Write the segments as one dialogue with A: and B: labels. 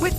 A: With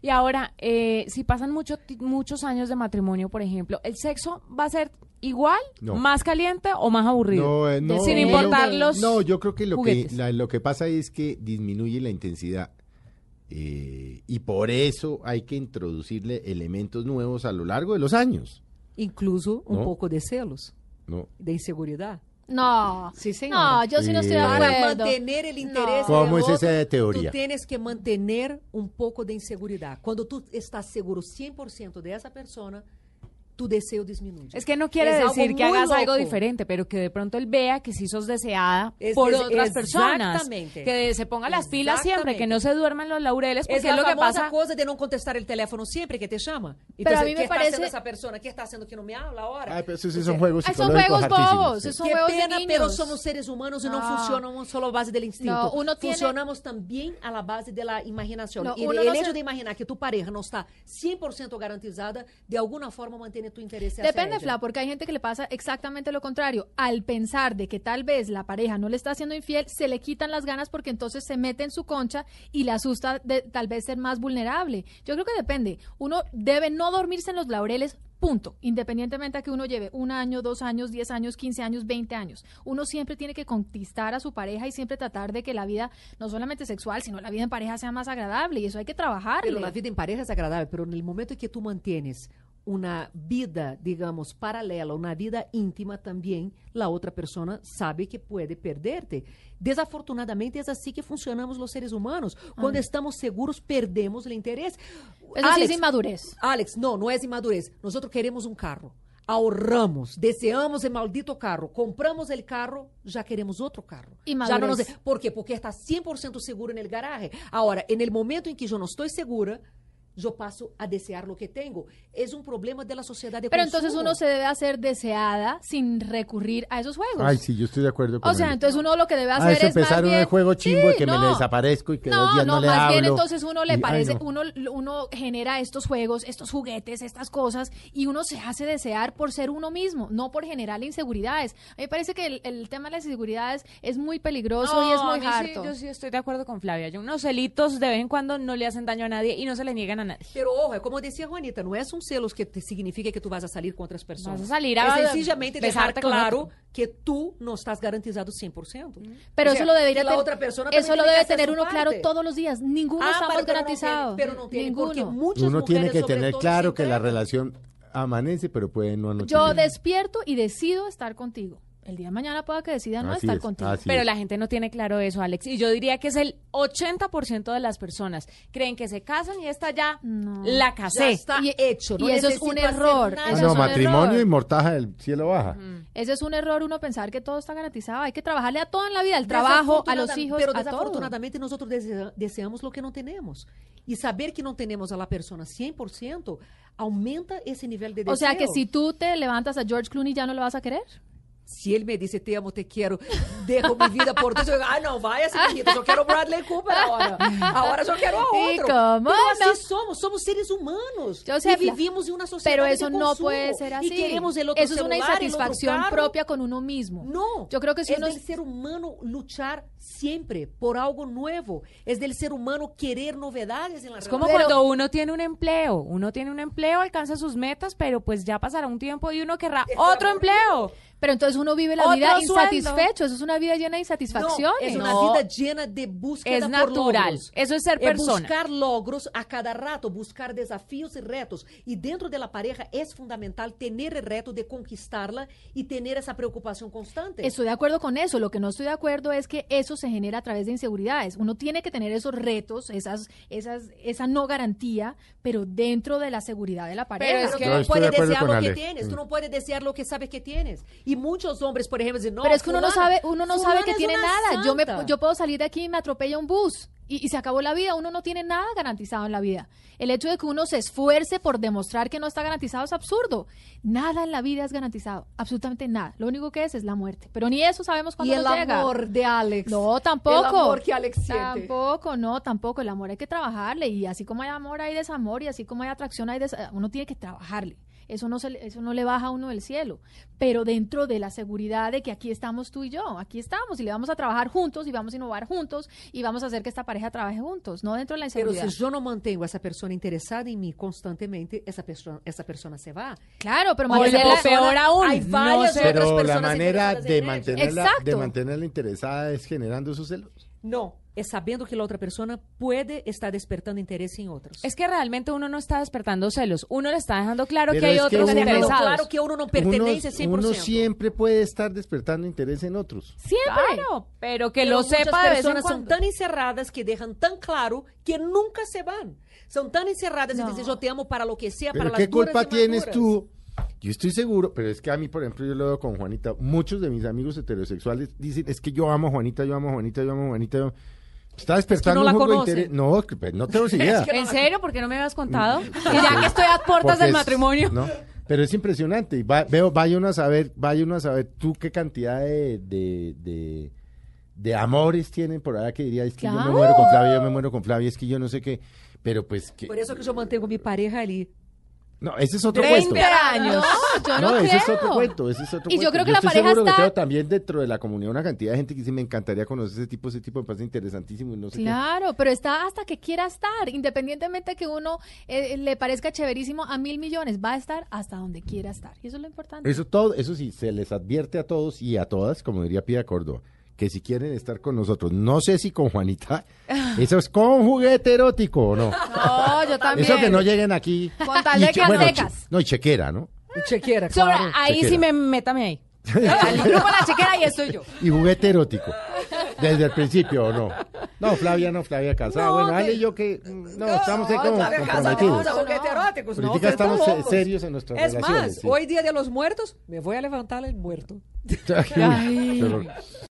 B: Y ahora, eh, si pasan mucho, ti- muchos años de matrimonio, por ejemplo, ¿el sexo va a ser igual,
C: No.
B: más caliente o más aburrido?
C: No, eh, no,
B: Sin
C: no,
B: importar
C: no,
B: los
C: No, yo creo que lo que,
B: juguetes.
C: la- lo que pasa es que disminuye la intensidad. eh, y por eso hay que introducirle elementos nuevos a lo largo de los años.
D: Incluso un
C: ¿No?
D: pouco de celos,
C: ¿no?
D: de inseguridad.
E: No,
D: Sí, señora.
E: no, yo sí no estoy de
C: Para
D: Para
E: acuerdo.
D: mantener el interés
C: No. ¿Cómo
D: del
C: es esa
D: otro,
C: teoría?
D: Tú tienes que mantener un poco de inseguridad. Cuando tú estás seguro 100% de esa persona, tu deseo disminuye.
B: Es que no quiere
D: Es algo
B: decir que
D: muy
B: hagas algo
D: loco.
B: diferente, pero que de pronto él vea que sí sos deseada
D: Es-
B: por
D: es-
B: otras personas.
D: exactamente.
B: Que se ponga las pilas siempre,
D: Exactamente.
B: que no se duerman los laureles, porque
D: Esa
B: es,
D: es
B: lo que
D: la famosa
B: pasa.
D: cosa de no contestar el teléfono siempre que te llama. Entonces,
E: a mí me
D: ¿qué está
E: parece-
D: haciendo esa persona? ¿Qué está haciendo que no me habla ahora?
C: Ay, Ah, pero esos sí son juegos
E: Ay, ah, son
C: psicológicos
E: juegos
C: hartísimos,
E: bobos,
C: sí.
E: es un
D: Qué
E: juego de
D: pena,
E: niños.
D: pero somos seres humanos y no,
E: No.
D: funcionamos solo a base del instinto.
E: No, Ah. uno tiene-
D: Funcionamos también a la base de la imaginación.
E: No,
D: y
E: uno
D: el
E: no
D: hecho
E: se-
D: de imaginar que tu pareja no está 100% garantizada, de alguna forma mantiene tu interés. hacia
E: Depende,
D: ella.
E: Fla, porque hay gente que le pasa exactamente lo contrario. Al pensar de que tal vez la pareja no le está haciendo infiel, se le quitan las ganas porque entonces se mete en su concha y le asusta de tal vez ser más vulnerable. Yo creo que depende. Uno debe no dormirse en los laureles. Punto. Independientemente a que uno lleve un año, dos años, diez años, quince años, veinte años. Uno siempre tiene que conquistar a su pareja y siempre tratar de que la vida, no solamente sexual, sino la vida en pareja sea más agradable. Y eso hay que trabajar.
D: Pero la vida en pareja es agradable, pero en el momento en que tú mantienes una vida, digamos, paralela, una vida íntima también, la otra persona sabe que puede perderte. Desafortunadamente es así que funcionamos los seres humanos. Cuando estamos seguros, perdemos el interés.
E: Ah. Eso sí es inmadurez.
D: Alex, não, não é imadurez. Nós outros queremos um carro. Ahorramos, deseamos o maldito carro, compramos o carro, já queremos outro carro. Já
E: Imadurez.
D: não nos... Por quê? Porque está 100% seguro no garagem. Agora, no momento em que eu não estou segura, eu passo a desear o que tenho. É um problema da sociedade. de
E: Pero entonces
D: consumo.
E: uno se debe hacer deseada sin recurrir a esos juegos.
C: Ay, sí, yo estoy de acuerdo con
E: O sea,
C: él.
E: entonces uno lo que debe hacer
C: Ah, eso
E: es más
C: empezaron
E: bien-
C: el juego chimbo de
E: Sí,
C: que me
E: no.
C: le desaparezco y que dos
E: no,
C: días no,
E: no,
C: le
E: más
C: hablo.
E: bien entonces uno
C: Y-
E: le
C: ay,
E: parece,
C: no.
E: uno, uno genera estos juegos, estos juguetes, estas cosas, y uno se hace desear por ser uno mismo, no por generar inseguridades. A mí me parece que el, el tema de las inseguridades es muy peligroso y es
B: No, a
E: muy
B: mí sí,
E: harto.
B: yo sí estoy de acuerdo con Flavia. Yo, unos celitos de vez en cuando no le hacen daño a nadie y no se le niegan a nadie.
D: Pero, ojo, é como decía Juanita, não é são selos que te- significa que tu vas a salir com outras pessoas.
B: Vas a salir a
D: é sencillamente deixar
B: besarte con
D: claro
B: otro.
D: que tu não estás garantizado 100%.
E: Mm. Pero
D: O
E: eso
D: sea,
E: lo debería
D: que la
E: tener,
D: otra persona también
E: eso
D: tiene
E: lo
D: que
E: debe
D: hacer
E: tener
D: su
E: uno claro
D: parte.
E: todos los días. Ninguno
D: Ah,
E: estamos
D: pero- pero no tiene-
E: garantizados.
D: Pero no tiene, porque
E: ninguno.
D: muchas
C: Uno tiene
D: mujeres,
C: que
D: sobre
C: tener
D: todo,
C: claro
D: se
C: que la
D: entregan.
C: relación amanece, pero puede no anochecer.
E: Yo despierto y decido estar contigo. El día de mañana pueda que decida no
C: Así
E: estar
C: es,
E: contigo.
C: así
B: Pero
C: es.
B: la gente no tiene claro eso, Alex. Y yo diría que es el 80% de las personas. Creen que se casan y esta ya
E: No.
B: la
D: Ya
B: casé.
D: está
E: Y-
D: hecho. no
E: y eso es un
D: necesito hacer
E: error.
D: nada.
C: Ah,
E: eso
C: no,
E: es un
C: matrimonio
E: error.
C: y mortaja del cielo baja.
E: Ese es un error uno pensar que todo está garantizado. Hay que trabajarle a todo en la vida, al trabajo, a los
D: Desafortunada-
E: hijos,
D: Pero
E: a todo.
D: desafortunadamente nosotros desea- deseamos lo que no tenemos. Y saber que no tenemos a la persona 100% aumenta ese nivel de deseo.
E: O sea que si tú te levantas a George Clooney ya no lo vas a querer.
D: Si él me dice, te amo, te quiero, dejo mi vida por ti. Yo digo, ah, no, vaya, señorita, yo quiero Bradley Cooper ahora. Ahora yo quiero a
E: ¿Y
D: otro.
E: cómo
D: Pero
E: no?
D: así somos, somos seres humanos.
E: Yo sé,
D: y
E: Fla,
D: vivimos en una sociedad
E: Pero
D: de
E: eso no
D: consumo.
E: puede ser así.
D: Y queremos el otro
E: eso es una
D: celular, el otro
E: insatisfacción
D: carro.
E: propia con uno mismo.
D: No.
E: Yo creo que si
D: es
E: uno
D: del ser humano luchar siempre por algo nuevo. Es del ser humano querer novedades en las
B: Es como
D: relaciones.
B: cuando uno tiene un empleo, uno tiene un empleo, alcanza sus metas, pero pues ya pasará un tiempo y uno querrá otro empleo.
E: Pero entonces uno vive la
B: Otro
E: vida
B: sueldo.
E: insatisfecho. Eso es una vida llena
D: No,
E: de insatisfacciones.
D: es una vida llena de búsqueda
B: Es
D: por
B: natural.
D: logros.
B: Eso es ser
D: É
B: persona.
D: buscar logros a cada rato, buscar desafios y retos. Y dentro de la pareja es fundamental tener el reto de conquistarla y tener esa preocupación constante.
E: Estoy de acuerdo con eso. Lo que no estoy de acuerdo es que eso se genera a través de inseguridades. Uno tiene que tener esos retos, esas, esas, esa no garantía, pero dentro de la seguridad de la pareja.
B: es
D: Pero
B: que-
D: tú
C: Yo
D: no
C: estoy de
D: puedes
C: acuerdo
D: desear
C: con
D: lo que
C: Ale.
D: tienes,
C: Mm.
D: tú no puedes desear lo que sabes que tienes. Y muchos hombres, por ejemplo, dicen, no,
E: Pero es que uno no
D: fulana-
E: sabe, uno no sabe
D: fulana
E: que
D: es
E: tiene
D: una
E: nada. Yo me,
D: santa".
E: yo puedo salir de aquí y me atropella un bus. y, y se acabó la vida. Uno no tiene nada garantizado en la vida. El hecho de que uno se esfuerce por demostrar que no está garantizado es absurdo. Nada en la vida es garantizado, absolutamente nada. Lo único que es es la muerte. Pero ni eso sabemos
D: Y
E: cuándo
D: el
E: nos llega.
D: amor de Alex.
E: No, tampoco.
D: El amor que Alex siente.
E: Tampoco, no, tampoco. El amor hay que trabajarle. Y así como hay amor, hay desamor. Y así como hay atracción, hay des- Uno tiene que trabajarle. Eso no, se le, eso no le baja a uno del cielo. Pero dentro de la seguridad de que aquí estamos tú y yo, aquí estamos y le vamos a trabajar juntos y vamos a innovar juntos y vamos a hacer que esta pareja trabaje juntos, no dentro de la
D: Pero
E: inseguridad.
D: se eu não mantenho essa pessoa interessada em mim constantemente, essa pessoa, essa pessoa se vai.
E: claro, pero
B: Oye,
E: Mariela,
B: pero peor aún,
D: Hay
B: no
D: varias
B: sé.
D: otras
C: Pero la
D: personas
C: manera
D: interesadas en
C: de
D: ella.
C: mantenerla, de
E: Exacto.
C: mantenerla interesada es generando esos celos.
D: Não, é sabendo que a outra pessoa pode estar despertando interesse em outros.
B: Es que realmente uno no está despertando celos, uno le está dejando claro
C: Pero
B: que hay
C: es que
B: otros
C: uno-
B: interesados.
D: claro que uno não
C: Uno,
D: pertenece 100%.
C: uno siempre puede estar despertando interés en otros.
E: siempre.
B: Claro, pero que
D: Pero
B: lo sepa de
D: muchas
B: vez en
D: personas son
B: cuando.
D: tan encerradas que dejan tan claro que nunca se van. Son tan encerradas y dicen yo te amo para lo que sea,
C: Pero
D: para
C: ¿qué
D: las duras
C: culpa
D: y
C: tienes
D: maduras".
C: tú? Yo estoy seguro, pero es que a mí, por ejemplo, yo lo veo con Juanita. Muchos de mis amigos heterosexuales dicen, es que yo amo a Juanita, yo amo a Juanita, yo amo a Juanita. yo amo". Está despertando
D: la
C: un juego de
D: conocen.
C: interés. No, que- pues, no tengo idea.
B: ¿En serio? ¿Por qué no me habías contado?
C: Porque-
B: Y ya que estoy a puertas
C: porque
B: del
C: es-
B: matrimonio.
C: ¿no? Pero es impresionante. Y va- veo, vaya uno a saber, vaya uno a saber tú qué cantidad de, de, de- de amores tienen por allá que diría, es que yo me
E: Claro.
C: muero con Flavia, yo me muero con Flavia, es que yo no sé qué. Pero pues que...
D: Por eso que yo mantengo mi pareja ali.
C: No, ese es otro
B: 20
C: cuento.
B: años.
E: No, yo no, creo.
C: ese es otro cuento, ese es otro
E: Y yo
C: cuento.
E: creo que la
C: estoy
E: pareja
C: seguro
E: está-
C: que tengo también dentro de la comunidad una cantidad de gente que dice, me encantaría conocer ese tipo, ese tipo me parece interesantísimo y no sé qué".
E: Claro, pero está hasta que quiera estar, independientemente que uno eh, le parezca chéverísimo a mil millones, va a estar hasta donde quiera estar. Y eso es lo importante.
C: Eso todo, eso sí, se les advierte a todos y a todas, como diría Pia Córdoba, que si quieren estar con nosotros, no sé si con Juanita, eso es con juguete erótico o no.
B: No, yo también.
C: Eso que no lleguen aquí.
B: Con tal de
C: Y che-
B: que
C: bueno,
B: aztecas.
C: che- no, y chequera, ¿no?
D: E chequeira,
B: Sobre-
D: claro.
B: ahí
C: chequera.
B: sí me métame ahí. Al grupo la chequera y estoy yo.
C: Y juguete erótico. Desde el principio o no. No, Flavia no, Flavia casada. bueno, Ale y yo que. mm, No, estamos ahí como
D: Sabe,
C: comprometidos.
D: casados, juguetes eróticos, no,
C: Ahorita este
D: ustedes
C: estamos
D: están
C: se-
D: locos.
C: serios en nuestras
D: Es
C: relaciones.
D: más,
C: sí.
D: hoy día de los muertos, me voy a levantar el muerto.
C: Uy, qué horror.